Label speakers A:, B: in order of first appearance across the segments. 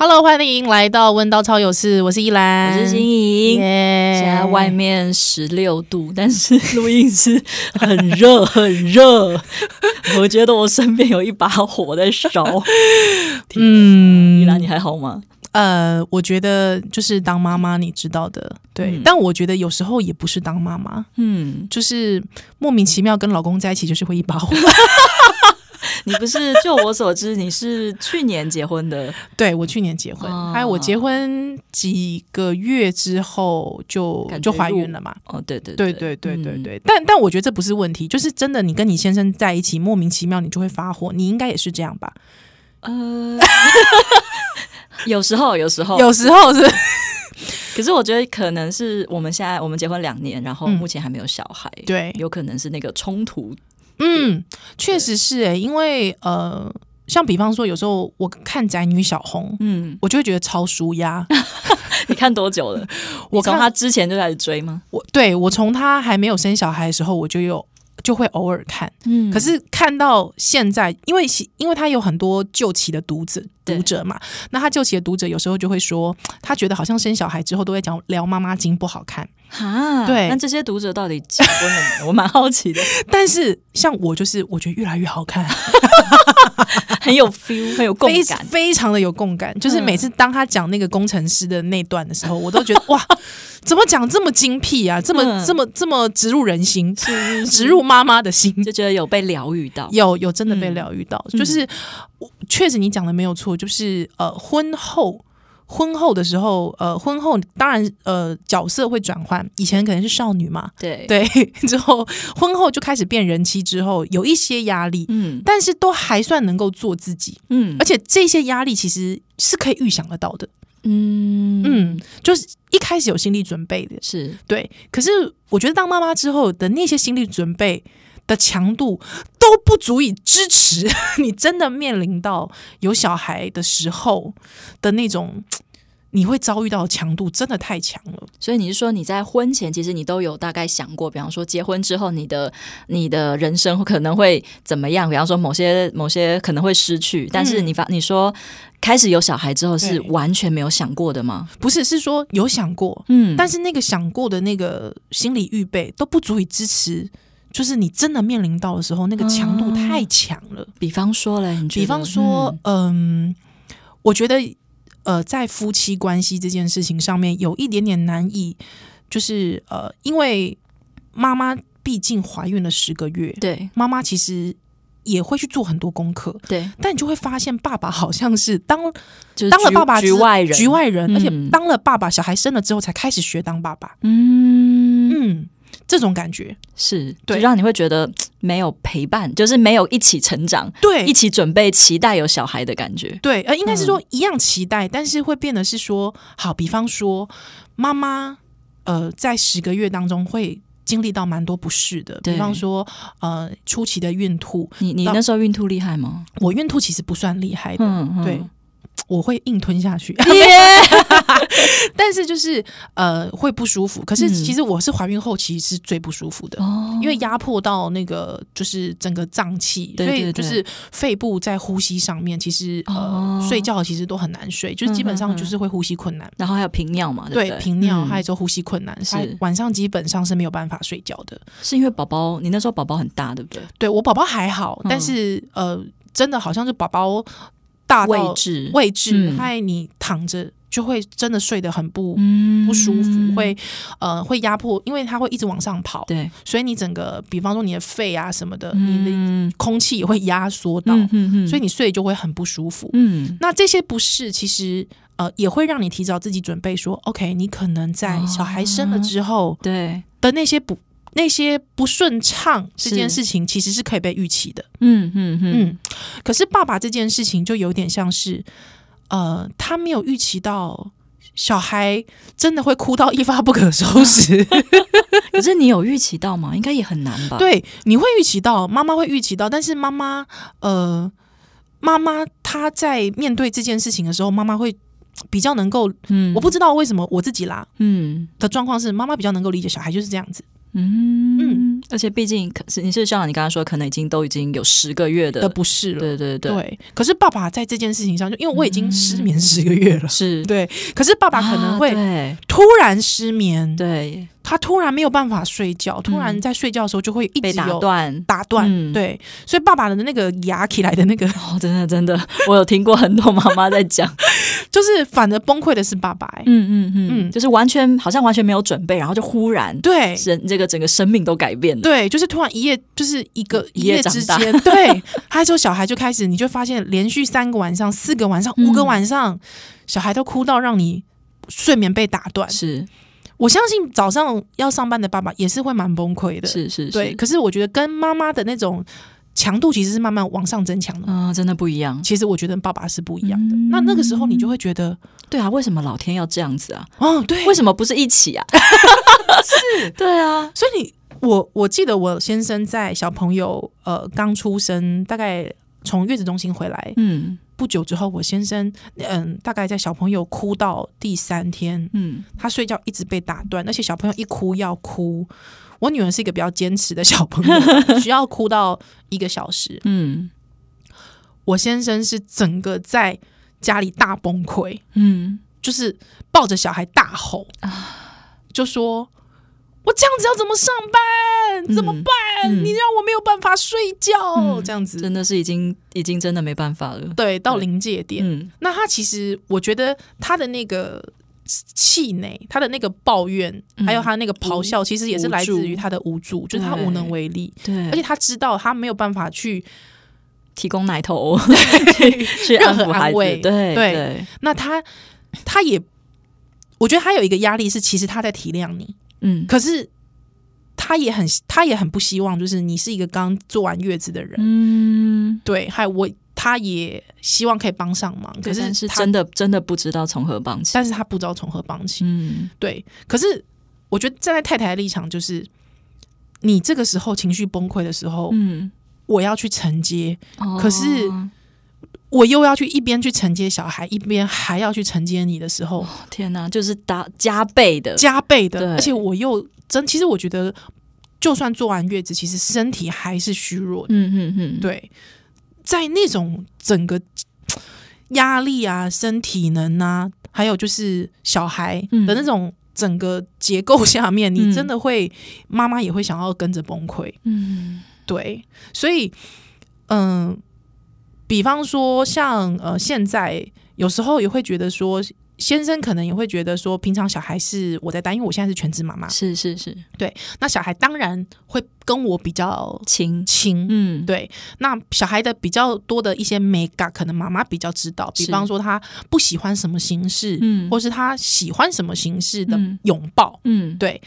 A: Hello，欢迎来到温刀超有事，我是依
B: 我
A: 兰，
B: 是心莹。
A: 耶
B: 现在外面十六度，但是录音室很热，很热。我觉得我身边有一把火在烧。
A: 嗯
B: 依兰，你还好吗？
A: 呃，我觉得就是当妈妈，你知道的，对。
B: 嗯
A: 但我觉得有时候也不是当妈妈，
B: 嗯，
A: 就是莫名其妙跟老公在一起，就是会 一把火。
B: 你不是？就我所知，你是去年结婚的。
A: 对我去年结婚，
B: 哦
A: 还有我结婚几个月之后就
B: 感觉
A: 就怀
B: 入
A: 孕了嘛。
B: 哦，对对
A: 对对对
B: 嗯
A: 对对，但但我觉得这不是问题，就是真的，你跟你先生在一起，莫名其妙你就会发火，你应该也是这样吧？
B: 呃， 有时候，有时候，
A: 有时候是，
B: 可是我觉得可能是我们现在我们结婚两年，然后
A: 嗯
B: 目前还没有小孩，
A: 对
B: 有可能是那个冲突，
A: 嗯，确实是诶、因为呃，像比方说，有时候我看宅女小红，
B: 嗯，
A: 我就会觉得超舒压。
B: 你看多久了？
A: 我
B: 你从
A: 看
B: 他之前就开始追吗？
A: 我对我从她还没有生小孩的时候，我就有就会偶尔看，
B: 嗯
A: 可是看到现在，因为其因为他有很多旧期的读者
B: 对
A: 读者嘛，那他旧期的读者有时候就会说，他觉得好像生小孩之后都会讲聊妈妈经不好看，
B: 哈，
A: 对
B: 那这些读者到底结婚了没？我 蛮好奇的，
A: 但是像我就是我觉得越来越好 看，
B: 很有 feel，很有共
A: 非
B: 感。嗯
A: 非常的有共感。就是每次当他讲那个工程师的那段的时候，我都觉得哇， 怎么讲这么精辟啊，这么、
B: 嗯
A: 这么这么植入人心，
B: 是
A: 植入妈妈的心，
B: 就觉得有被疗愈到，
A: 有有真的被
B: 嗯
A: 疗愈到，
B: 嗯
A: 就是我确实你讲的没有错，就是呃婚后。婚后的时候，呃，婚后当然，呃，角色会转换。以前可能是少女嘛，
B: 对，
A: 对，之后婚后就开始变人妻，之后有一些压力，
B: 嗯
A: 但是都还算能够做自己，
B: 嗯
A: 而且这些压力其实是可以预想得到的，
B: 嗯
A: 嗯，就是一开始有心理准备的，
B: 是
A: 对。可是我觉得当妈妈之后的那些心理准备的强度都不足以支持 你真的面临到有小孩的时候的那种，你会遭遇到的强度真的太强了。
B: 所以你是说你在婚前其实你都有大概想过，比方说结婚之后你的你的人生可能会怎么样？比方说某些某些可能会失去，但是你发、你说开始有小孩之后是
A: 嗯对
B: 完全没有想过的吗？
A: 不是，是说有想过，
B: 嗯
A: 但是那个想过的那个心理预备都不足以支持。就是你真的面临到的时候，那个强度太强了。
B: 比方说嘞，哦你觉得
A: 比方说，嗯、我觉得呃，在夫妻关系这件事情上面，有一点点难以，就是呃，因为妈妈毕竟怀孕了十个月
B: 嗯，对
A: 妈妈其实。也会去做很多功课，
B: 对，
A: 但你就会发现，爸爸好像是当
B: 就是
A: 当了
B: 局
A: 爸爸之
B: 局外人，
A: 局外人，
B: 嗯
A: 而且当了爸爸，小孩生了之后才开始学当爸爸，
B: 嗯
A: 嗯，这种感觉，
B: 是，就
A: 对
B: 让你会觉得嘖没有陪伴，就是没有一起成长，
A: 对
B: 一，起准备期待有小孩的感觉。
A: 对，呃，应该是
B: 嗯
A: 说一样期待，但是会变得是说，好，比方说妈妈，呃，在十个月当中会经历到蛮多不适的，
B: 对
A: 比方说，呃，初期的孕吐，
B: 你你那时候孕吐厉害吗？
A: 我孕吐其实不算厉害的，
B: 嗯，嗯
A: 对。我会硬吞下去， 但是就是呃会不舒服。可是
B: 嗯
A: 其实我是怀孕后期是最不舒服的，
B: 哦，
A: 因为压迫到那个就是整个脏器，
B: 对对
A: 所
B: 对
A: 以就是肺部在呼吸上面，其实呃、
B: 哦
A: 睡觉其实都很难睡，就是基本上就是会呼吸困难。
B: 然后还有频尿嘛，对
A: 对
B: 不对？
A: 频尿，
B: 嗯
A: 还有之后呼吸困难，
B: 是
A: 是晚上基本上是没有办法睡觉的。
B: 是因为宝宝，你那时候宝宝很大，对不对？
A: 对我宝宝还好，但
B: 嗯
A: 是呃，真的好像是宝宝大啊到
B: 位置，
A: 位置，
B: 嗯
A: 害你躺着就会真的睡得很不、
B: 嗯
A: 不舒服，会呃会压迫，因为它会一直往上跑，
B: 对，
A: 所以你整个，比方说你的肺啊什么的，你的
B: 嗯，
A: 空气也会压缩到，
B: 嗯嗯嗯
A: 所以你睡就会很不舒服。
B: 嗯，
A: 那这些不适其实呃也会让你提早自己准备说，OK，你可能在小孩生了之后
B: 对，
A: 的那些不。那些不顺畅这
B: 是
A: 件事情，其实是可以被预期的。
B: 嗯嗯嗯，
A: 嗯，可是爸爸这件事情就有点像是，呃，他没有预期到小孩真的会哭到一发不可收拾。
B: 可是你有预期到吗？应该也很难吧？，
A: 对，你会预期到，妈妈会预期到，但是妈妈，呃，妈妈她在面对这件事情的时候，妈妈会比较能够，
B: 嗯
A: 我不知道为什么我自己啦
B: 嗯
A: 的状况是，妈妈比较能够理解小孩就是这样子
B: 嗯
A: 嗯
B: 嗯，而且毕竟可是你是像你刚刚说，可能已经都已经有十个月的，
A: 的不适了。
B: 对对对，
A: 对，可是爸爸在这件事情上，就因为我已经失 眠十个月了，
B: 是，
A: 对，可是爸爸可能
B: 啊
A: 会
B: 对
A: 突然失眠，
B: 对
A: 他突然没有办法睡觉，突然
B: 嗯
A: 在睡觉的时候就会一
B: 被
A: 直
B: 打
A: 有
B: 断。
A: 打断，
B: 嗯
A: 对，所以爸爸的那个牙起来的 那个，
B: 哦，真的真的，我有听过很多妈妈在讲，
A: 就是反而崩溃的是爸爸、欸，
B: 嗯嗯嗯，
A: 嗯
B: 就是完全好像完全没有准备，然后就忽然
A: 对
B: 人这个整个生命都改变了。
A: 对，就是突然一夜就是一个
B: 一
A: 一
B: 夜
A: 夜
B: 长
A: 之
B: 大
A: 间，对，他之后小孩就开始，你就发现连续三个晚上、四个晚上、五个
B: 嗯
A: 晚上，小孩都哭到让你睡眠被打断。
B: 是
A: 我相信早上要上班的爸爸也是会蛮崩溃的，
B: 是是，
A: 对。
B: 是，
A: 可是我觉得跟妈妈的那种强度其实是慢慢往上增强的。
B: 嗯、真的不一样。嗯
A: 其实我觉得爸爸是不一样的。那那个时候你就会觉得，
B: 对啊，为什么老天要这样子啊？
A: 哦，对，
B: 为什么不是一 起啊？是，对啊，
A: 所以你，我我记得我先生在小朋友呃刚出生，大概从月子中心回来
B: 嗯
A: 不久之后，我先生嗯，大概在小朋友哭到第三天，
B: 嗯，
A: 他睡觉一直被打断，而且小朋友一哭要哭。我女儿是一个比较坚持的小朋友，需要哭到一个小时。
B: 嗯
A: 我先生是整个在家里大崩溃，
B: 嗯，
A: 就是抱着小孩大吼就说：“我这样子要怎么上班？怎么办？
B: 嗯
A: 你让我没有办法睡觉。
B: 嗯
A: 这样子，
B: 真的是已经已经真的没办法了。
A: 对，到
B: 对
A: 临界点。
B: 嗯
A: 那他其实，我觉得他的那个气馁，他的那个抱怨，
B: 嗯
A: 还有他那个咆哮，其实也是来自
B: 无
A: 于
B: 助
A: 他的无助，就是他
B: 对
A: 无能为力。
B: 对，
A: 而且他知道他没有办法去，
B: 提供奶头 去 去
A: 任
B: 安
A: 何
B: 抚
A: 安
B: 孩子，
A: 慰
B: 对对
A: 对那他他也，我觉得他有一个压力是，其实他在体谅你，
B: 嗯
A: 可是他也很他也很不希望，就是你是一个刚做完月子的人，
B: 嗯，
A: 对，还有我他也希望可以帮上忙，可
B: 可是
A: 是
B: 是
A: 他
B: 真的真的不知道从何帮起。
A: 但是他不知道从何帮起，
B: 嗯
A: 对，可是我觉得站在太太的立场就是。你这个时候情绪崩溃的时候，
B: 嗯，
A: 我要去承接，
B: 哦
A: 可是我又要去一边去承接小孩，一边还要去承接你的时候，
B: 天哪，就是打加倍的，
A: 加倍的
B: 哦对，
A: 而且我又真，其实我觉得，就算做完月子，其实身体还是虚弱的。
B: 嗯嗯嗯，
A: 对，在那种整个压力啊、身体能啊，还有就是小孩
B: 嗯
A: 的那种整个结构下面，
B: 嗯
A: 你真的会妈妈也会想要跟着崩溃。
B: 嗯
A: 对，所以，嗯、比方说像呃，现在有时候也会觉得说，先生可能也会觉得说，平常小孩是我在带，因为我现在是全职妈妈，
B: 是是是，
A: 那小孩当然会跟我比较
B: 亲，
A: 亲。
B: 嗯，
A: 对，那小孩的比较多的一些美感，可能妈妈比较知道，比
B: 是
A: 方说他不喜欢什么形式，
B: 嗯
A: 或是他喜欢什么形式的
B: 嗯
A: 拥抱，
B: 嗯，
A: 对，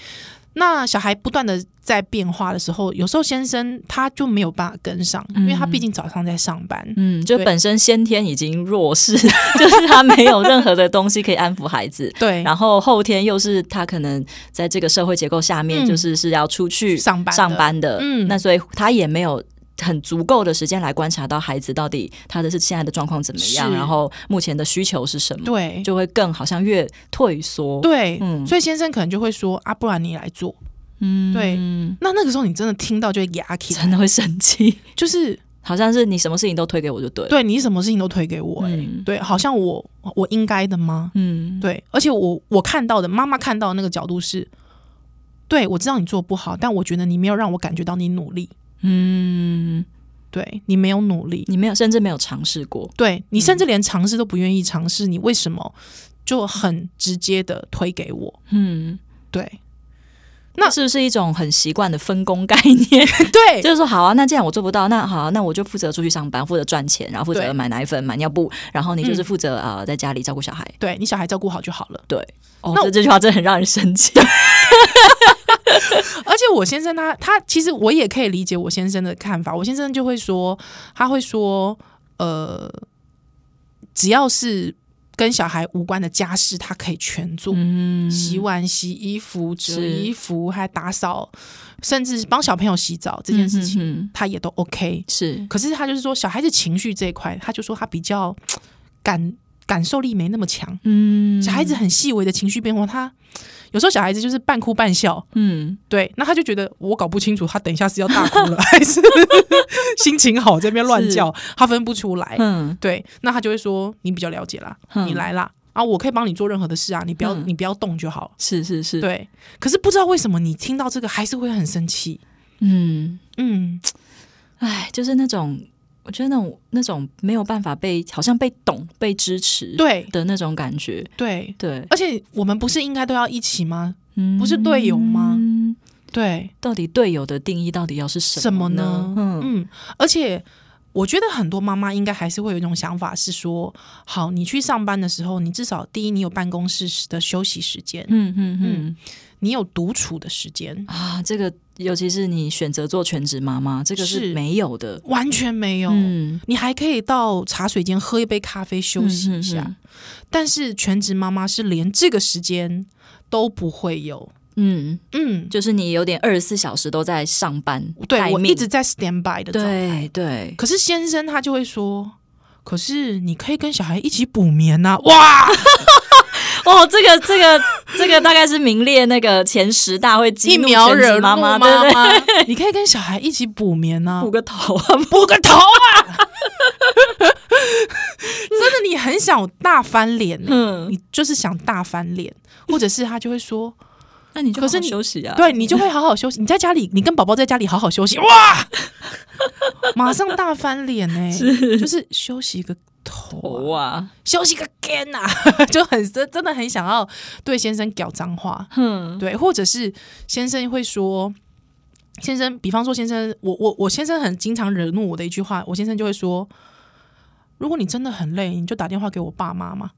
A: 那小孩不断的在变化的时候，有时候先生他就没有办法跟上，因为他毕竟早上在上班。
B: 嗯，就
A: 对
B: 本身先天已经弱势， 就是他没有任何的东西可以安抚孩子，
A: 对，
B: 然后后天又是他可能在这个社会结构下面，
A: 嗯
B: 就是是要出去
A: 上班的
B: 上班的，
A: 嗯
B: 那所以他也没有。很足够的时间来观察到孩子到底他的是现在的状况怎么样，
A: 是
B: 然后目前的需求是什么，
A: 对，
B: 就会更好像越退缩。，
A: 对，
B: 嗯
A: 所以先生可能就会说啊，不然你来做。
B: 嗯
A: 对
B: 嗯
A: 那那个时候你真的听到就会牙起来，
B: 真的会生气，
A: 就是
B: 好像是你什么事情都推给我就对了。，
A: 对你什么事情都推给我、欸，
B: 嗯
A: 对，好像我我应该的吗？
B: 嗯，
A: 对，而且我我看到的妈妈看到的那个角度是，对我知道你做不好，但我觉得你没有让我感觉到你努力，
B: 嗯，
A: 对你没有努力，
B: 你没有，甚至没有尝试过。
A: 对你甚至连尝试都不愿意尝试，你为什么就很直接的推给我？
B: 嗯，
A: 对
B: 那
A: 那
B: 是不是一种很习惯的分工概念？
A: 对
B: 就是说，好啊，那既然我做不到，那好啊、那我就负责出去上班，负责赚钱，然后负责
A: 对
B: 买奶粉、买尿布，然后你就是
A: 嗯
B: 负责、呃在家里照顾小孩。
A: 对，你小孩照顾好就好了。
B: 对，哦，
A: 嗯那
B: 这这句话真的很让人 生气。
A: 而且我先生他他其实我也可以理解我先生的看法，我先生就会说，他会说，呃，只要是。跟小孩无关的家事，他可以全做。
B: 嗯，
A: 洗碗、洗衣服、折
B: 是
A: 衣服，还打扫，甚至帮小朋友洗澡这件事情，
B: 嗯哼哼
A: 他也都 OK。
B: 是
A: 可是他就是说，小孩子情绪这一块，他就说他比较感感受力没那么强。
B: 嗯
A: 小孩子很细微的情绪变化，他有时候小孩子就是半哭半笑，
B: 嗯
A: 对，那他就觉得我搞不清楚，他等一下是要大哭了， 还是心情好这边乱叫，他分不出来。
B: 嗯
A: 对，那他就会说你比较了解啦，
B: 嗯
A: 你来啦，啊，我可以帮你做任何的事啊，你不要、
B: 嗯
A: 你不要动就好了。
B: 是是是，，
A: 对，可是不知道为什么你听到这个还是会很生气。
B: 嗯，
A: 嗯，
B: 哎，就是那种。我觉得那种那种没有办法被好像被懂被支持
A: 对
B: 的那种感觉，
A: 对，
B: 对，
A: 而且我们不是应该都要一起吗？
B: 嗯
A: 呃不是队友吗
B: 嗯
A: 对，
B: 到底队友的定义到底要是什
A: 什么
B: 呢
A: 呢？？
B: 嗯
A: 嗯，而且我觉得很多妈妈应该还是会有一种想法是说，好，你去上班的时候，你至少第一你有办公室的休息时间，
B: 嗯嗯嗯
A: 你有独处的时间，
B: 啊，这个尤其是你选择做全职妈妈，这个是
A: 是哦
B: 没有的。
A: 完全没有。
B: 嗯，
A: 你还可以到茶水间喝一杯咖啡休息一下，
B: 嗯嗯
A: 但是全职妈妈是连这个时间都不会有。
B: 嗯，
A: 嗯，
B: 就是你有点二十四小时都在上班，待
A: 哦对我
B: 命
A: 一直在 stand by 的状态。
B: 对 对，
A: 可是先生他就会说：“可是你可以跟小孩一起补眠呐、哇，
B: 哦，这个这个这个大概是名列那个前十大会激
A: 一
B: 怒
A: 秒
B: 全职
A: 惹怒
B: 妈妈，对不
A: 妈妈，
B: 对？
A: 你可以跟小孩一起补眠呐、
B: 补个头啊，
A: 补个头啊！ 真的，你很想大翻脸、欸
B: 嗯，
A: 你就是想大翻脸，或者是他就会说，
B: 那你就
A: 可是
B: 好好
A: 你
B: 休息啊，
A: 对你就会好好休息。你在家里，你跟宝宝在家里好好休息，哇，马上大翻脸哎、就是休息个头啊
B: 头啊，
A: 休息个天呐、 啊，就很真真的很想要对先生讲脏话，
B: 哼，
A: 对，或者是先生会说，先生，比方说先生，我我我先生很经常惹怒我的一句话，我先生就会说，如果你真的很累，你就打电话给我爸妈嘛，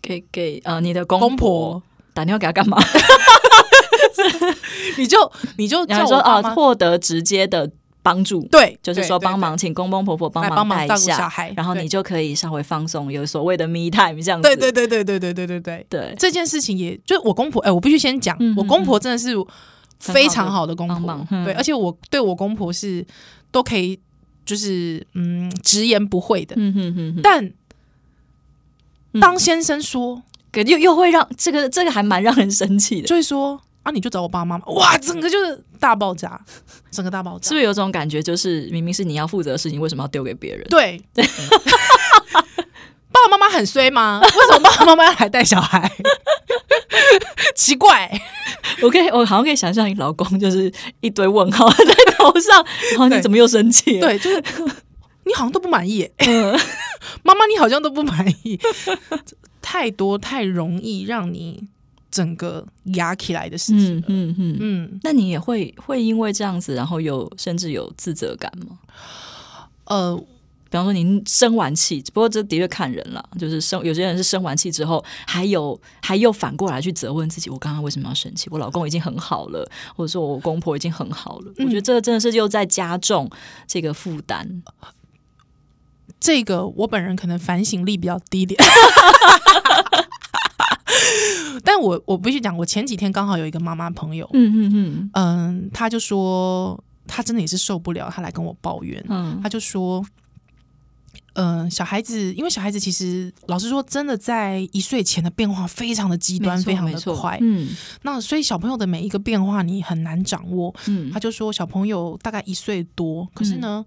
B: 给给呃你的公
A: 公婆，
B: 打电话给他 干嘛？
A: 你就你就叫
B: 然后说
A: 我爸，
B: 哦
A: 妈，
B: 获得直接的帮助，
A: 对，
B: 就是
A: 对
B: 说
A: 对
B: 帮
A: 对
B: 忙，请公公婆婆帮
A: 来帮忙
B: 带
A: 照
B: 一
A: 顾
B: 下
A: 小孩
B: 然后
A: 对
B: 你就可以稍微放松，有所谓的 me time 这样子。
A: 对对对对对对对对对，
B: 对，
A: 这件事情也就是我公婆，哎、我必须先讲，
B: 嗯
A: 我公婆真的是非常好的公
B: 很好的
A: 婆
B: 帮忙，嗯
A: 对，而且我对我公婆是都可以，就是嗯，直言不讳的。
B: 嗯哼哼哼，
A: 但
B: 嗯
A: 当先生说，
B: 可又又会让这个这个还蛮让人生气的，
A: 就会说啊，你就找我爸妈嘛，哇，整个就是大爆 炸，整个大爆炸，
B: 是不是有种感觉，就是明明是你要负责的事情，为什么要丢给别人？
A: 对。 爸爸妈妈很衰吗？为什么爸爸妈妈还带小孩？ 奇怪，
B: 我可以，我好像可以想象你老公就是一堆问号 在头上，然后你
A: 对
B: 怎么又生气？，
A: 对，就是你好像都不满意耶， 妈妈你好像都不满意， 太多太容易让你整个压起来的事情
B: 嗯
A: 了。
B: 嗯嗯。
A: 嗯
B: 那你也会会因为这样子，然后有甚至有自责感吗？
A: 呃，
B: 比方说您生完气，不过这的确看人了，就是生有些人是生完气之后，还有还又反过来去责问自己，我刚刚为什么要生气？我老公已经很好了，或者说我公婆已经很好了，
A: 嗯
B: 我觉得这真的是又在加重这个负担。
A: 这个我本人可能反省力比较低一点。 但我我必须讲，我前几天刚好有一个妈妈朋友，
B: 嗯嗯
A: 嗯，她就说她真的也是受不了，她来跟我抱怨，
B: 嗯
A: 他就说，嗯、小孩子，因为小孩子其实老实说，真的在一岁前的变化非常的极
B: 嗯，
A: 端，非常
B: 没
A: 的
B: 错
A: 快。
B: 嗯
A: 那所以小朋友的每一个变化你很难掌握。
B: 嗯
A: 他就说，小朋友大概一岁多，可是呢。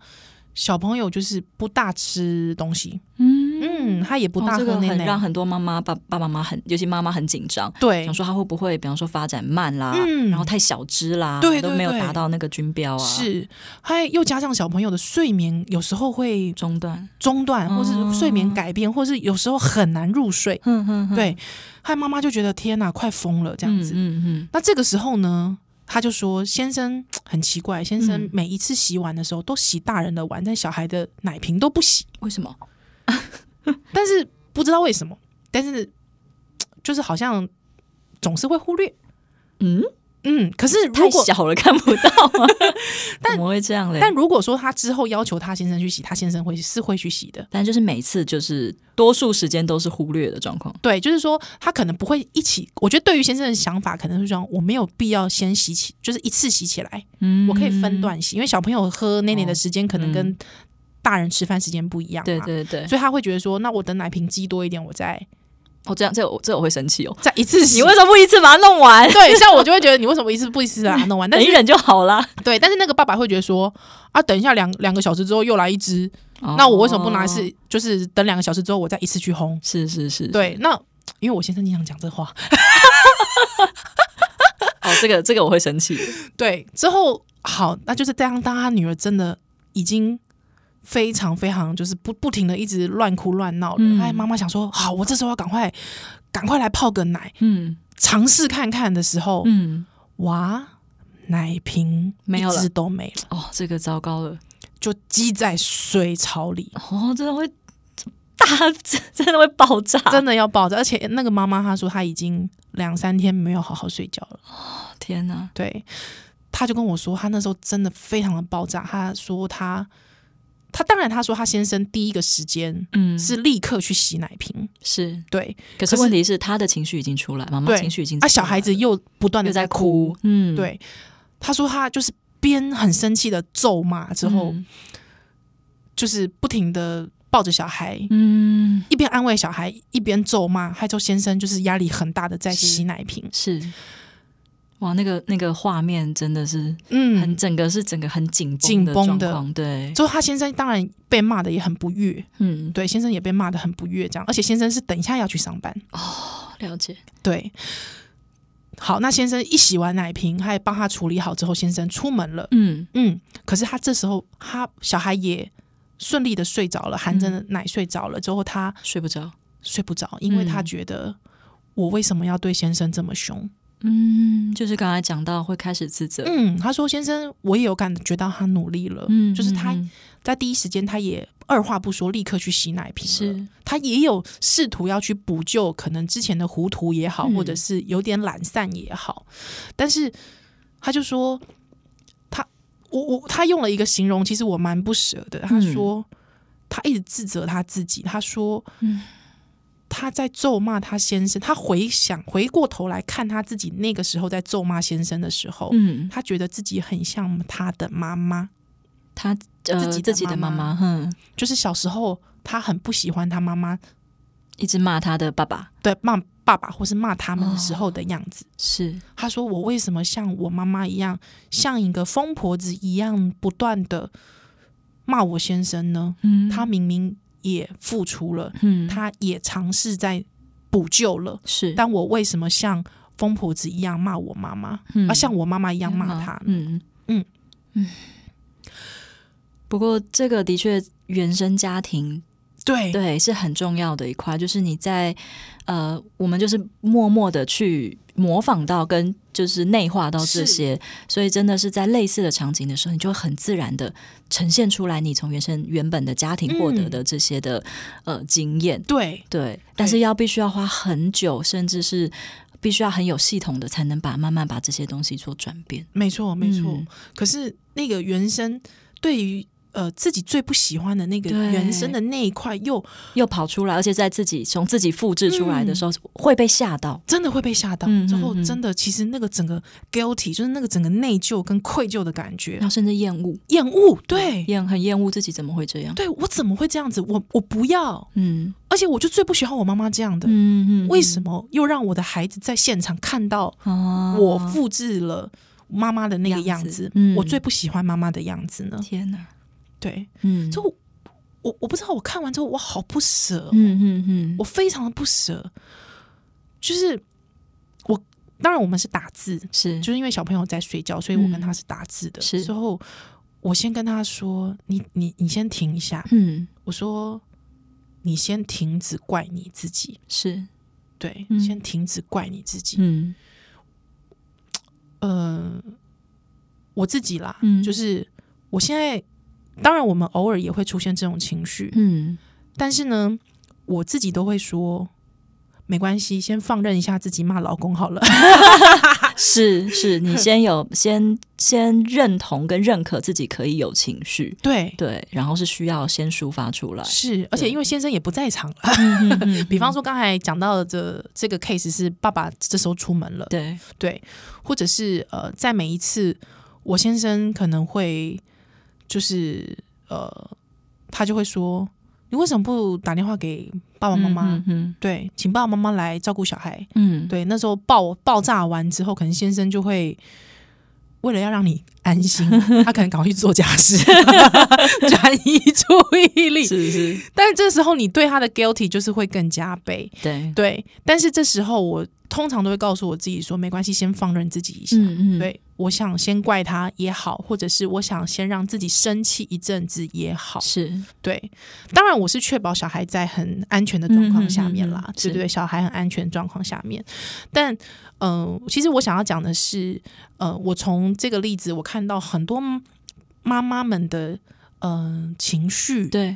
A: 小朋友就是不大吃东西，
B: 嗯
A: 嗯，他也不大
B: 哦、这
A: 喝
B: 个
A: 奶
B: 很
A: 奶，
B: 让很多妈妈爸爸爸妈妈很，尤其妈妈很紧张。
A: 对
B: 想，说他会不会，比方说发展慢啦，
A: 嗯
B: 然后太小只啦，
A: 对
B: 都
A: 对
B: 没有
A: 对
B: 达到那个均标啊，
A: 是，还又加上小朋友的睡眠有时候会
B: 中断，
A: 中断，或
B: 哦
A: 是睡眠改变，或是有时候很难入睡，
B: 嗯嗯，嗯
A: 对，害妈妈就觉得天哪，快疯了这样子。
B: 嗯嗯
A: 那这个时候呢，他就说：“先生很奇怪，先生
B: 嗯
A: 每一次洗碗的时候都洗大人的碗，但小孩的奶瓶都不洗
B: 嗯。，为什么？
A: 但是不知道为什么，但是就是好像总是会忽略。
B: 嗯，
A: 嗯，可是
B: 太
A: 如果
B: 小了看不到 吗？怎么会这样嘞？
A: 但如果说他之后要求他先生去洗，他先生会是会去洗的。
B: 但就是每次就是多数时间都是忽略的状况。
A: 对，就是说他可能不会一起。我觉得对于先生的想法，可能是说我没有必要先洗起，就是一次洗起来，
B: 嗯
A: 我可以分。段洗，因为小朋友喝奶奶的时间可能
B: 嗯
A: 跟大人吃饭时间不一样嘛。
B: 对对对，
A: 所以他会觉得说，那我等奶瓶积多一点，我再
B: 哦，这样这我这我会生气哦。
A: 再一次洗
B: 你。为什么不一次把它弄完？
A: 对，像我就会觉得你为什么一次不一次把它弄完？但
B: 忍一
A: 是
B: 忍就好啦。
A: 对，但是那个爸爸会觉得说，啊，等一下两两个小时之后又来一只，那我为什么不拿一次
B: 哦？
A: 就是等两个小时之后我再一次去烘？
B: 是是是，
A: 对，那因为我先生经常讲这话，
B: 哦，这个这个我会 生气。
A: 对，之后好，那就是这样。当他女儿真的已经非常非常就是不不停的一直乱哭乱闹了，
B: 嗯
A: 哎，妈妈想说，好，我这时候要赶快赶快来泡个奶，
B: 嗯
A: 尝试看看的时候，
B: 嗯，
A: 哇，奶瓶
B: 没有
A: 一
B: 了
A: 只都没了，
B: 哦，这个糟糕了。
A: 就积在水槽里。
B: 哦，真的会大， 真真的会爆炸。
A: 真的要抱着，而且那个妈妈她说她已经两三天没有好好睡觉了。
B: 天哪！
A: 对，他就跟我说，他那时候真的非常的爆炸。他说他，他当然他说他先生第一个时间
B: 嗯，
A: 是立刻去洗奶瓶，
B: 是，
A: 对，
B: 可
A: 可
B: 是
A: 是
B: 问题是他的情绪已经出来，妈妈
A: 对
B: 情绪已经
A: 啊，小孩
B: 出来
A: 子又不断的
B: 了又在哭，，嗯，
A: 对，他说他就是边很生气的咒骂之后，
B: 嗯
A: 就是不停的抱着小孩。
B: 嗯，
A: 一边安慰小孩，一边咒骂，害周先生就是压力很大的在
B: 是
A: 洗奶瓶，
B: 是，哇，那个那个画面真的是很、
A: 嗯，
B: 整个是整个很紧
A: 紧
B: 绷的
A: 绷
B: 状
A: 的
B: 况，对，
A: 之后他先生当然被骂的也很不悦，
B: 嗯，
A: 对，先生也被骂的很不悦，这样，而且先生是等一下要去上班，
B: 了解，
A: 对，好，那先生一洗完奶瓶，还帮他处理好之后，先生出门了。
B: 嗯
A: 嗯，可是他这时候，他小孩也顺利的睡着了，含
B: 嗯
A: 着奶睡着了。之后他
B: 睡不着，
A: 睡不着，因为他
B: 嗯
A: 觉得我为什么要对先生这么凶？
B: 嗯，就是刚才讲到会开始自责，
A: 嗯，他说先生，我也有感觉到他努力了，
B: 嗯
A: 就是他
B: 嗯
A: 在第一时间他也二话不说，立刻去洗奶瓶了。
B: 是
A: 他也有试图要去补救可能之前的糊涂也好，
B: 嗯
A: 或者是有点懒散也好，但是他就说他我我他用了一个形容，其实我蛮不舍的。他说、他一直自责他自己，他说
B: 嗯
A: 他在咒骂他先生，他回想回过头来看他自己那个时候在咒骂先生的时候，
B: 嗯，
A: 他觉得自己很像他的妈妈，
B: 他呃
A: 己的
B: 自己的
A: 妈
B: 妈
A: 妈
B: 妈，哼，
A: 就是小时候他很不喜欢他妈妈
B: 一直骂他的爸爸，
A: 对骂爸爸或是骂他们的时候的样子。
B: 是
A: 他说：“我为什么像我妈妈一样，像一个疯婆子一样，不断的骂我先生呢？
B: 嗯
A: 他明明也付出了，
B: 嗯
A: 他也尝试在补救了，
B: 是，
A: 但我为什么像疯婆子一样骂我妈妈，
B: 嗯
A: 而像我妈妈一样骂他呢？
B: 嗯
A: 嗯
B: 嗯嗯。不过，这个的确，原生家庭
A: 对
B: 对是很重要的一块，就是你在呃，我们就是默默的去模仿到跟就是内化到这
A: 是
B: 些，所以真的是在类似的场景的时候，你就会很自然的呈现出来你从原生原本的家庭获得
A: 嗯
B: 的这些的、呃经验。
A: 对
B: 对，但是要必须要花很久，甚至是必须要很有系统的，才能把慢慢把这些东西做转变。
A: 没错没错。
B: 嗯
A: 可是那个原生对于呃自己最不喜欢的那个
B: 对
A: 原生的那一块，又
B: 又跑出来，而且在自己从自己复制出来的时候、
A: 嗯
B: 会被吓到。
A: 真的会被吓到，
B: 嗯
A: 之后
B: 嗯嗯
A: 真的其实那个整个 guilty 就是那个整个内疚跟愧疚的感觉
B: 然，后甚至厌恶，
A: 厌恶，对
B: 厌很厌恶自己怎么会这样？
A: 对，我怎么会这样子？我我不要，
B: 嗯
A: 而且我就最不喜欢我妈妈这样的，
B: 嗯嗯，
A: 为什么又让我的孩子在现场看到
B: 么、啊
A: 我复制了妈妈的那个样
B: 样
A: 子
B: 子？嗯
A: 我最不喜欢妈妈的样子呢？
B: 天哪？
A: 对，
B: 嗯，
A: 就我我不知道，我看完之后我好不舍哦，
B: 嗯嗯嗯，
A: 我非常的不舍，就是我当然我们是打字，
B: 是
A: 就是因为小朋友在睡觉，所以我跟
B: 嗯
A: 他是打字的。
B: 是
A: 之后我先跟他说：“你你你先停一下。
B: 嗯”
A: 我说：“你先停止怪你自己，
B: 是
A: 对，
B: 嗯
A: 先停止怪你自己。
B: 嗯
A: 嗯、呃，我自己啦，
B: 嗯
A: 就是我现在，当然我们偶尔也会出现这种情绪，
B: 嗯
A: 但是呢，我自己都会说。”没关系，先放任一下自己骂老公好了。
B: 是是，你先有先先认同跟认可自己可以有情 绪，
A: 对，
B: 对，然后是需要先抒发出来。
A: 是，而且因为先生也不在场了。
B: 嗯嗯嗯
A: 比方说，刚才讲到的这这个 case 是爸爸这时候出门了，
B: 对，
A: 对，或者是呃，在每一次我先生可能会就是呃，他就会说：“你为什么不打电话给爸爸妈妈？
B: 嗯嗯
A: 对，请爸爸妈妈来照顾小孩。”
B: 嗯，
A: 对，那时候爆爆炸完之后，可能先生就会为了要让你安 心，他可能赶快去做家事， 转移注意力。
B: 是是，
A: 但是这时候你对他的 guilty 就是会更加倍。
B: 对，
A: 对，但是这时候我通常都会告诉我自己说，没关系，先放任自己一下。
B: 嗯嗯，
A: 对，我想先怪他也好，或者是我想先让自己生气一阵子也好。
B: 是，
A: 对，当然我是确保小孩在很安全的状况下面啦，
B: 嗯嗯嗯嗯
A: 对不对？小孩很安全的状况下面，但嗯、呃其实我想要讲的是，呃，我从这个例子我看到很多妈妈们的嗯、呃情绪
B: 对，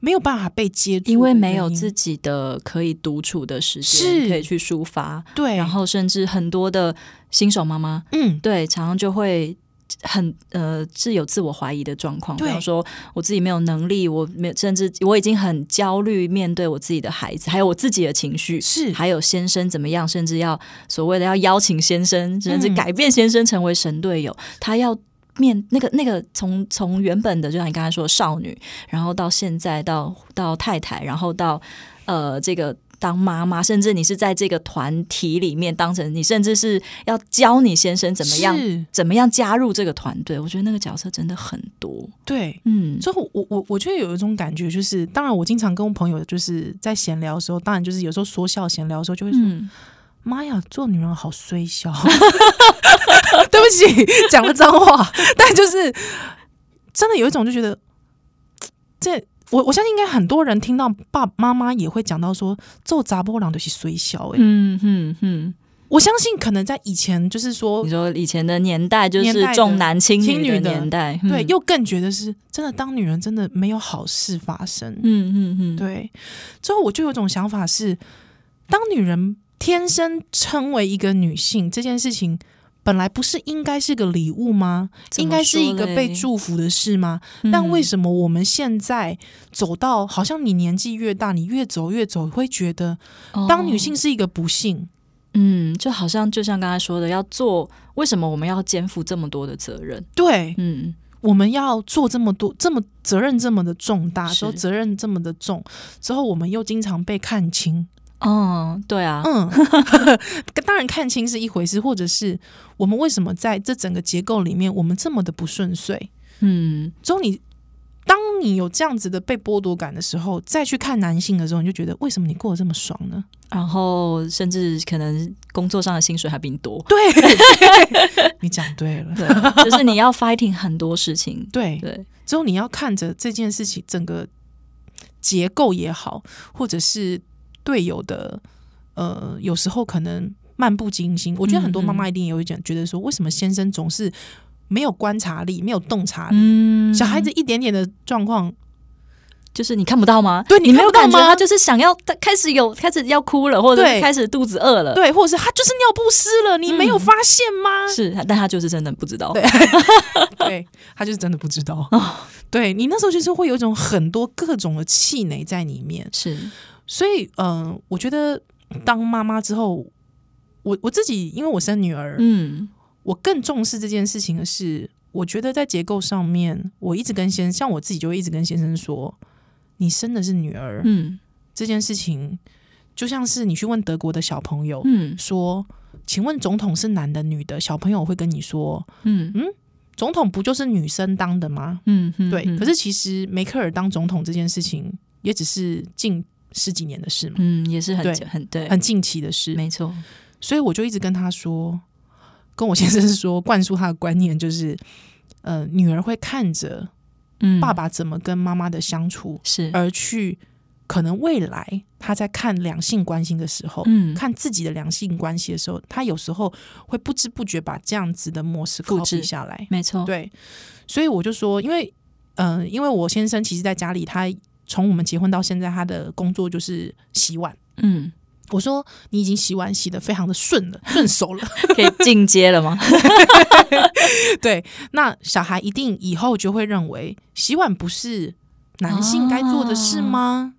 A: 没有办法被接住的原，
B: 因为没有自己的可以独处的时间，
A: 是
B: 可以去抒发，
A: 对，
B: 然后甚至很多的新手妈妈，
A: 嗯，
B: 对，常常就会很呃是有自我怀疑的状况，比
A: 对
B: 方说我自己没有能力，我没有甚至我已经很焦虑面对我自己的孩子，还有我自己的情绪，
A: 是
B: 还有先生怎么样，甚至要所谓的要邀请先生，甚
A: 嗯
B: 至改变先生成为神队友，他要。面那个那个从从原本的就像你刚才说的少女，然后到现在到到太太，然后到呃这个当妈妈，甚至你是在这个团体里面当成你，甚至是要教你先生怎么样
A: 是
B: 怎么样加入这个团队，我觉得那个角色真的很多。
A: 对。
B: 嗯，
A: 所以我，我我我觉得有一种感觉，就是当然，我经常跟我朋友就是在闲聊的时候，当然就是有时候说笑闲聊的时候， 就会说：“
B: 嗯，
A: 妈呀，做女人好衰小。”对不起，讲了脏话，但就是真的有一种就觉得，这我我相信应该很多人听到爸爸妈妈也会讲到说，做杂波郎就是衰小、欸。
B: 嗯嗯嗯，
A: 我相信可能在以前就是说
B: 你，说以前的年代就
A: 年代
B: 是
A: 的
B: 重男轻
A: 轻女
B: 女的
A: 的
B: 年代，
A: 对，
B: 嗯
A: 又更觉得是真的，当女人真的没有好事发生。
B: 嗯嗯嗯，
A: 对，之后我就有一种想法是，当女人天生成为一个女性这件事情，本来不是应该是个礼物吗？
B: 怎
A: 应
B: 么
A: 该是一个
B: 说嘞嗯
A: 被祝福的事吗？但为什么我们现在走到好像你年纪越大，你越走越走，会觉得
B: 么
A: 当女性是一个不幸？
B: 哦嗯，就好像就像刚才说的，要做为什么我们要肩负这么多的责任？
A: 对，
B: 嗯，
A: 我们要做这么多，这么责任这么的重大，
B: 是
A: 说责任这么的重，之后我们又经常被看清。
B: 哦，对啊，
A: 嗯， 当然看清是一回事，或者是我们为什么在这整个结构里面，我们这么的不顺遂？
B: 嗯，
A: 之后你当你有这样子的被剥夺感的时候，再去看男性的时候，你就觉得为什么你过得这么爽呢？
B: 然后甚至可能工作上的薪水还比你多，
A: 对， 你讲对了。
B: 对， 就是你要 fighting 很多 事情，
A: 对，
B: 对，
A: 之后你要看着这件事情整个结构也好，或者是队友的呃，有时候可能漫不经心。我觉得很多
B: 嗯
A: 妈妈一定有一点觉得说，为什么先生总是没有观察力、没有洞察力？
B: 嗯
A: 小孩子一点点的状况，
B: 就是你看不到吗？
A: 对
B: 你
A: 你
B: 没
A: 看
B: 有
A: 不到
B: 感觉
A: 吗
B: 他就是想要他开始有开始要哭了，或者是
A: 对
B: 开始肚子饿了，
A: 对，或者是他就是尿不湿了，你没有
B: 呃嗯
A: 发现吗？
B: 是，但他就是真的不知道，
A: 对对 他就是真的不知道。
B: 哦
A: 对你那时候就是会有一种很多各种的气馁在里面。
B: 是，
A: 所以，嗯、我觉得当妈妈之后，我我自己因为我生女儿，
B: 嗯
A: 我更重视这件事情的是，我觉得在结构上面，我一直跟先像我自己就会一直跟先生说，你生的是女儿、
B: 嗯
A: 这件事情，就像是你去问德国的小朋友、
B: 嗯
A: 说，请问总统是男的女的？小朋友会跟你说，
B: 嗯
A: 总统不就是女生当的吗？
B: 嗯嗯，
A: 对，
B: 嗯
A: 可是其实梅克尔当总统这件事情，也只是近十几年的事嘛，
B: 嗯也是很
A: 对
B: 久很对，
A: 很近期的事。
B: 没错，
A: 所以我就一直跟他说，跟我先生说，灌输他的观念就是，呃，女儿会看着
B: 嗯，
A: 爸呃爸怎么跟妈妈的相处，
B: 是，
A: 而去可能未来他在看两性关系的时候，
B: 嗯，
A: 看自己的两性关系的时候，他有时候会不知不觉把这样子的模式
B: 复
A: copy
B: 制哦
A: 下来。
B: 没错，
A: 对，所以我就说，因为嗯、呃因为我先生其实在家里，他从我们结婚到现在，他的工作就是洗碗。
B: 嗯
A: 我说你已经洗碗洗的非常的顺了，顺手了。
B: 可以进阶 了吗？
A: 对，那小孩一定以后就会认为洗碗不是男性该做的事吗？
B: 哦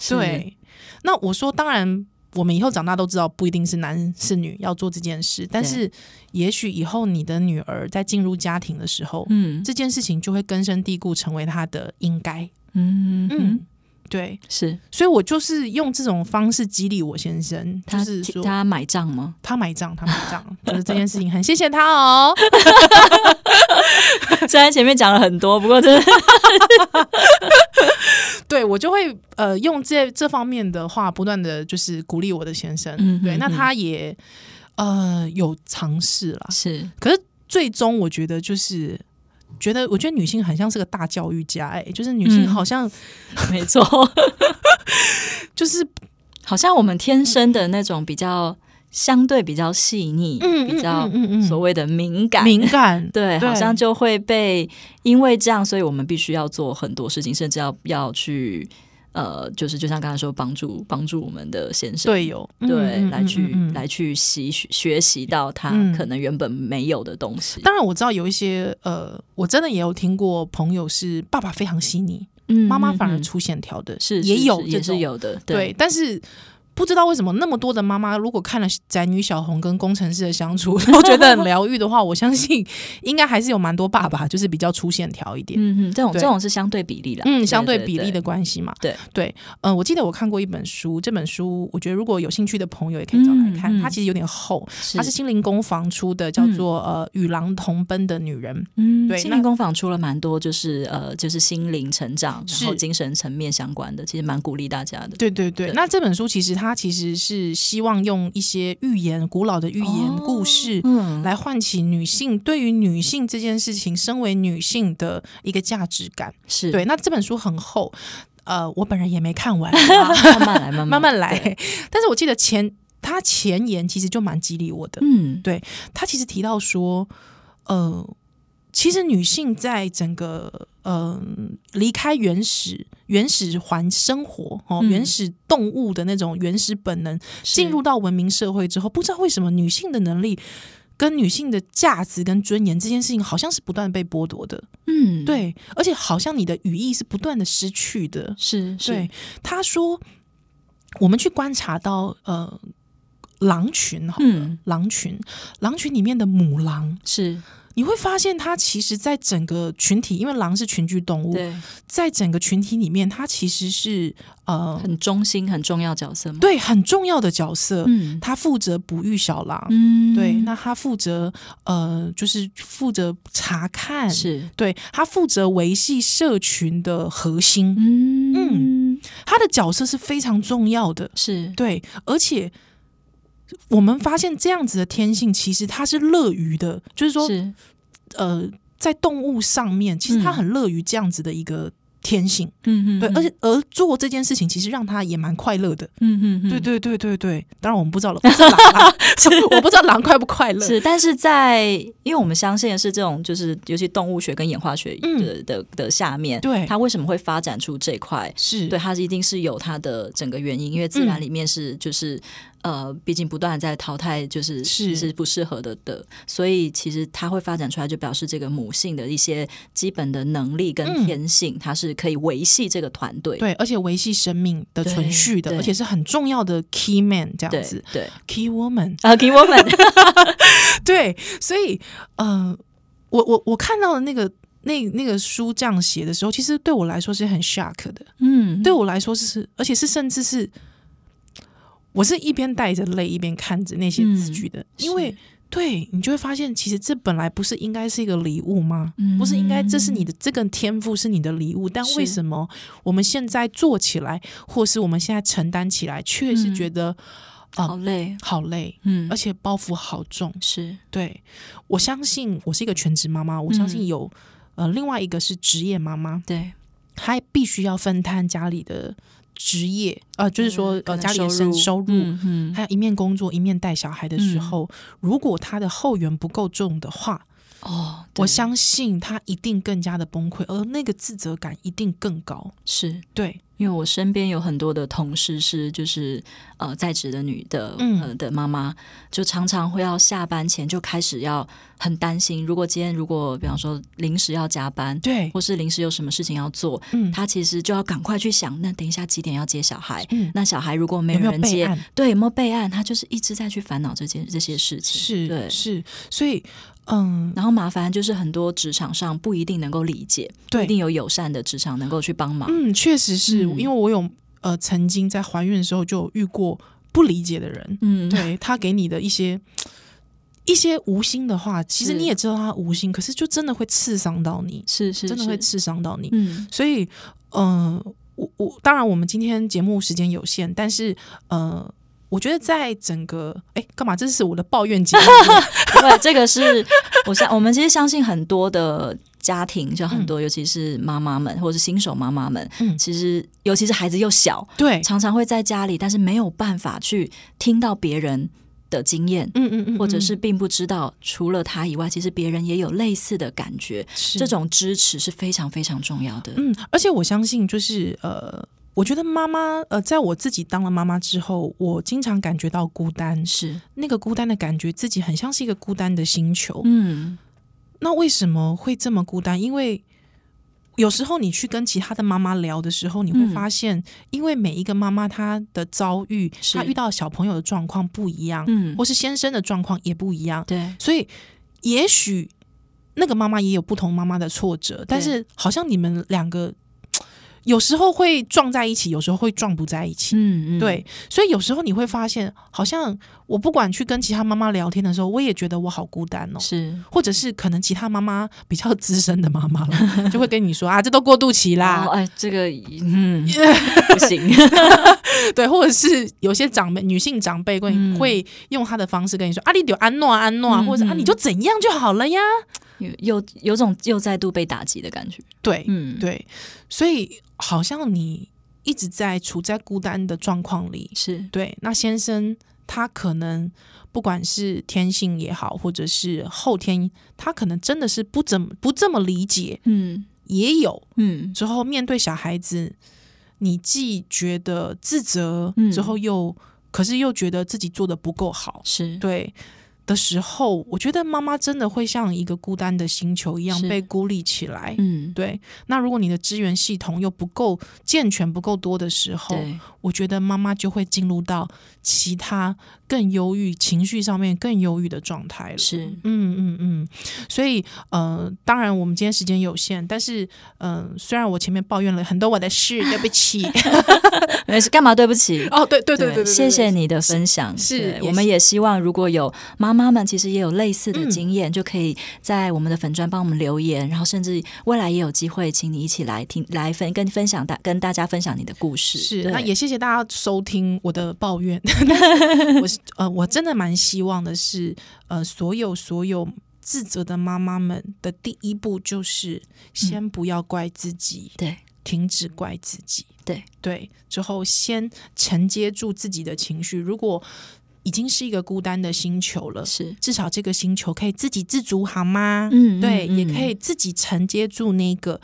B: 是
A: 对，那我说当然。我们以后长大都知道，不一定是男是女要做这件事，但
B: 对
A: 是也许以后你的女儿在进入家庭的时候，
B: 嗯
A: 这件事情就会根深蒂固成为她的应该。
B: 嗯嗯
A: 嗯，，对，
B: 是
A: 所以我就是用这种方式激励我先生，就
B: 他
A: 是说
B: 他买账吗？
A: 他买账，他买账，就是这件事情很谢谢他哦。
B: 虽然前面讲了很多，不过真的
A: 对我就会呃用这这方面的话不断的就是鼓励我的先生，
B: 嗯
A: 对，
B: 嗯
A: 那
B: 嗯，
A: 他也呃有尝试啦
B: 是
A: 可 是最终我觉得就是。觉得我觉得女性很像是个大教育家、哎，就是女性
B: 嗯
A: 好像
B: 没错，
A: 就是
B: 好像我们天生的那种比较相对比较细腻，
A: 嗯
B: 比较
A: 嗯嗯 嗯嗯
B: 所谓的敏感，
A: 敏 感，
B: 对，
A: 对
B: 好像就会被因为这样，所以我们必须要做很多事情，甚至要要去呃，就是就像刚才说，帮助帮助我们的先生
A: 队友，嗯
B: 对，
A: 嗯
B: 来去、
A: 嗯嗯嗯
B: 来去习学学习到他
A: 嗯
B: 可能原本没有的东西。
A: 当然我知道有一些呃，我真的也有听过朋友是爸爸非常细腻，
B: 嗯
A: 妈妈反而
B: 嗯嗯
A: 粗线条的，
B: 是
A: 也
B: 是
A: 有
B: 是
A: 这
B: 也是
A: 种
B: 有的，
A: 对，但是不知道为什么那么多的妈妈，如果看了宅女小红跟工程师的相处，都觉得很疗愈的话，我相信应该还是有蛮多爸爸就是比较粗线条一点。嗯
B: 嗯嗯，这种
A: 对嗯
B: 这种是相对比例啦，
A: 相对比例的关系嘛，
B: 对
A: 对，嗯、我记得我看过一本书，这本书我觉得如果有兴趣的朋友也可以找来看，
B: 嗯嗯
A: 它其实有点厚，
B: 是
A: 它是心灵工坊出的，叫做、呃与狼同奔的女人，
B: 嗯，
A: 对
B: 心
A: 那
B: 灵工坊出了蛮多，就是呃，就是心灵成长，然后
A: 是
B: 精神层面相关的，其实蛮鼓励大家的。
A: 对对对，
B: 对
A: 那这本书其实它其实是希望用一些寓言、古老的寓言、
B: 哦
A: 故事，
B: 嗯
A: 来唤起女性对于女性这件事情，身为女性的一个价值感。
B: 是
A: 对，那这本书很厚，呃，我本人也没看完啊，
B: 慢慢来，慢嗯慢
A: 慢慢来
B: 对。
A: 但是我记得前他前言其实就蛮激励我的，
B: 嗯，
A: 他其实提到说，呃，其实女性在整个呃离开原始原始环生活哦，
B: 嗯
A: 原始动物的那种原始本能，
B: 是
A: 进入到文明社会之后，不知道为什么女性的能力。跟女性的价值跟尊严这件事情，好像是不断被剥夺的，
B: 嗯，，
A: 对，而且好像你的语义是不断的失去的，
B: 是是
A: 对，，他说，我们去观察到呃狼群哈，
B: 嗯，
A: 狼群，狼群里面的母狼，
B: 是
A: 你会发现它其实，在整个群体，因为狼是群居动物，
B: 对，
A: 在整个群体里面，它其实是呃，
B: 很中心、很重要角色嘛。，
A: 对很重要的角色，
B: 嗯
A: 它负责哺育小狼。
B: 嗯，
A: 对，那它负责呃，就是负责查看，
B: 是
A: 对它负责维系社群的核心，
B: 嗯嗯
A: 它的角色是非常重要的。
B: 是
A: 对，而且我们发现这样子的天性，其实它是乐于的，就是说，
B: 是
A: 呃，在动物上面，其实它
B: 嗯
A: 很乐于这样子的一个天性，
B: 嗯嗯，
A: 对，
B: 嗯
A: 而且而做这件事情，其实让它也蛮快乐的。
B: 嗯嗯嗯，
A: 对对对对对，当然我们不知道 了，不是狼啦我不知道狼快不快乐。
B: 是，但是在因为我们相信的是这种，就是尤其动物学跟演化学的、
A: 嗯
B: 的的下面，
A: 对
B: 它为什么会发展出这块？
A: 是，
B: 对，它是一定是有它的整个原因，因为自
A: 嗯
B: 然里面是就是、呃，毕竟不断地在淘汰，就是
A: 是
B: 就是不适合的的，所以其实它会发展出来，就表示这个母性的一些基本的能力跟
A: 嗯
B: 天性，它是可以维系这个团队。
A: 对，而且维系生命的
B: 对
A: 存续的，
B: 对
A: 而且是很重要的 key man 这样
B: 对
A: 子
B: 对
A: ，key woman。
B: 啊，给我们
A: 对，所以呃，我我我看到的那个那那个书这样写的时候，其实对我来说是很 shock 的，
B: 嗯，
A: 对我来说是，而且是甚至是，我是一边带着泪一边看着那些字句的，因为
B: 嗯是
A: 对你就会发现，其实这本来不是应该是一个礼物吗？
B: 嗯
A: 不是应该这是你的这个天赋是你的礼物，但为
B: 是
A: 什么我们现在做起来，或是我们现在承担起来，却是
B: 嗯
A: 觉得呃
B: 好累，
A: 好累，
B: 嗯
A: 而，且包袱好重。
B: 是
A: 对，我相信我是一个全职妈妈，我相信
B: 嗯
A: 有、呃另外一个是职业妈妈，
B: 对，
A: 她必须要分摊家里的职业，呃，就是说
B: 嗯可
A: 呃
B: 能
A: 家里的
B: 收
A: 收
B: 入
A: 收入。
B: 嗯嗯
A: 还有一面工作一面带小孩的时候，如果她的后援不够重的话，
B: 哦，对
A: 我相信他一定更加的崩溃，而那个自责感一定更高。
B: 是
A: 对，
B: 因为我身边有很多的同事是就是呃在职的女的，
A: 嗯
B: 呃的妈妈，就常常会要下班前就开始要很担心，如果今天如果比方说临时要加班，
A: 对，
B: 或是临时有什么事情要做，
A: 嗯，
B: 她其实就要赶快去想，那等一下几点要接小孩，
A: 嗯
B: 那小孩如果没
A: 有没有
B: 人
A: 备
B: 接，
A: 案？
B: 对有没有备案，她就是一直在去烦恼这件这些事情，
A: 是
B: 对。
A: 是，所以嗯，
B: 然后麻烦就是很多职场上不一定能够理解，不
A: 对
B: 一，定有友善的职场能够去帮忙。
A: 嗯，确实是、
B: 嗯
A: 因为我有呃曾经在怀孕的时候就有遇过不理解的人，
B: 嗯，
A: 对他给你的一些。一些无心的话，其实
B: 是
A: 你也知道他无心，可是就真的会刺伤到你，
B: 是是，
A: 真的会
B: 是
A: 刺伤到你。
B: 嗯
A: 所以，嗯、我我当然我们今天节目时间有限，但是呃，我觉得在整个哎干嘛？这是我的抱怨节目，
B: 对，这个是我相我们其实相信很多的家庭，就很多，尤其是妈妈们或是新手妈妈们，
A: 嗯
B: 其实尤其是孩子又小，
A: 对，
B: 常常会在家里，但是没有办法去听到别人的经验。
A: 嗯嗯嗯，
B: 或者是并不知道，除了他以外，其实别人也有类似的感觉。
A: 这
B: 这种支持是非常非常重要的。
A: 嗯，而且我相信，就是呃，我觉得妈妈呃，在我自己当了妈妈之后，我经常感觉到孤单，
B: 是，
A: 那个孤单的感觉，自己很像是一个孤单的星球。
B: 嗯，
A: 那为什么会这么孤单？因为有时候你去跟其他的妈妈聊的时候，你
B: 嗯
A: 会发现，因为每一个妈妈她的遭遇，
B: 是
A: 她遇到小朋友的状况不一样，
B: 嗯
A: 或是先生的状况也不一样，
B: 对，
A: 所以也许那个妈妈也有不同妈妈的挫折，但是好像你们两个有时候会撞在一起，有时候会撞不在一起。
B: 嗯嗯，
A: 对，所以有时候你会发现，好像我不管去跟其他妈妈聊天的时候，我也觉得我好孤单哦。
B: 是
A: 或者是可能其他妈妈比较资深的妈妈 了，就会跟你说啊，这都过渡期啦，
B: 哦哎，这个 嗯不行，
A: 对，或者是有些长辈女性长辈会、
B: 嗯
A: 会用她的方式跟你说啊，你得安诺啊安诺啊，
B: 嗯
A: 或者是啊
B: 嗯
A: 你就怎样就好了呀，
B: 有有有种又再度被打击的感觉。
A: 对，
B: 嗯，，
A: 对，所以好像你一直在处在孤单的状况里。
B: 是，
A: 对，那先生他可能不管是天性也好，或者是后天，他可能真的是不怎么不这么理解，
B: 嗯
A: 也有
B: 嗯，
A: 之后面对小孩子，你既觉得自责
B: 嗯，
A: 之后又、可是又觉得自己做的不够好，
B: 是，
A: 对。的时候，我觉得妈妈真的会像一个孤单的星球一样
B: 是
A: 被孤立起来。
B: 嗯，
A: 对，那如果你的资源系统又不够健全、不够多的时候，
B: 对，
A: 我觉得妈妈就会进入到其他更忧郁、情绪上面更忧郁的状态了。
B: 是，
A: 嗯嗯嗯，所以呃，当然我们今天时间有限，但是嗯、呃虽然我前面抱怨了很多我的 事，对不起。
B: 没事，干嘛？对不起。
A: 哦，对对对对对，对
B: 谢谢。你的分享。
A: 是
B: 对
A: 也
B: 我们
A: 是
B: 也希望如果有妈妈们，其实也有类似的
A: 嗯
B: 经验，就可以在我们的粉砖帮我们留言，然后甚至未来也有机会，请你一起来听、来分跟分享大跟大家分享你的故事。
A: 是，
B: 对
A: 那也谢谢大家收听我的抱 怨。 我是呃，我真的蛮希望的是，呃，所有所有自责的妈妈们的第一步就是先不要怪自己，
B: 对，
A: 停止怪自己，
B: 对
A: 对，之后先承接住自己的情绪。如果已经是一个孤单的星球了，
B: 是，
A: 至少这个星球可以自给自足，好吗？
B: 嗯
A: 对，
B: 嗯
A: 也
B: 嗯
A: 可以自己承接住那个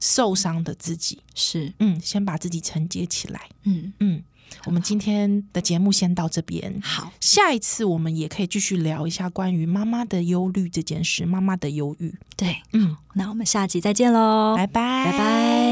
A: 受伤的自己。
B: 是，
A: 嗯，先把自己承接起来。
B: 嗯，
A: 嗯，我们今天的节目先到这边。
B: 好，
A: 下一次我们也可以继续聊一下关于妈妈的忧虑这件事，妈妈的忧郁。
B: 对，
A: 嗯，
B: 那我们下集再见喽，
A: 拜拜，
B: 哦拜拜。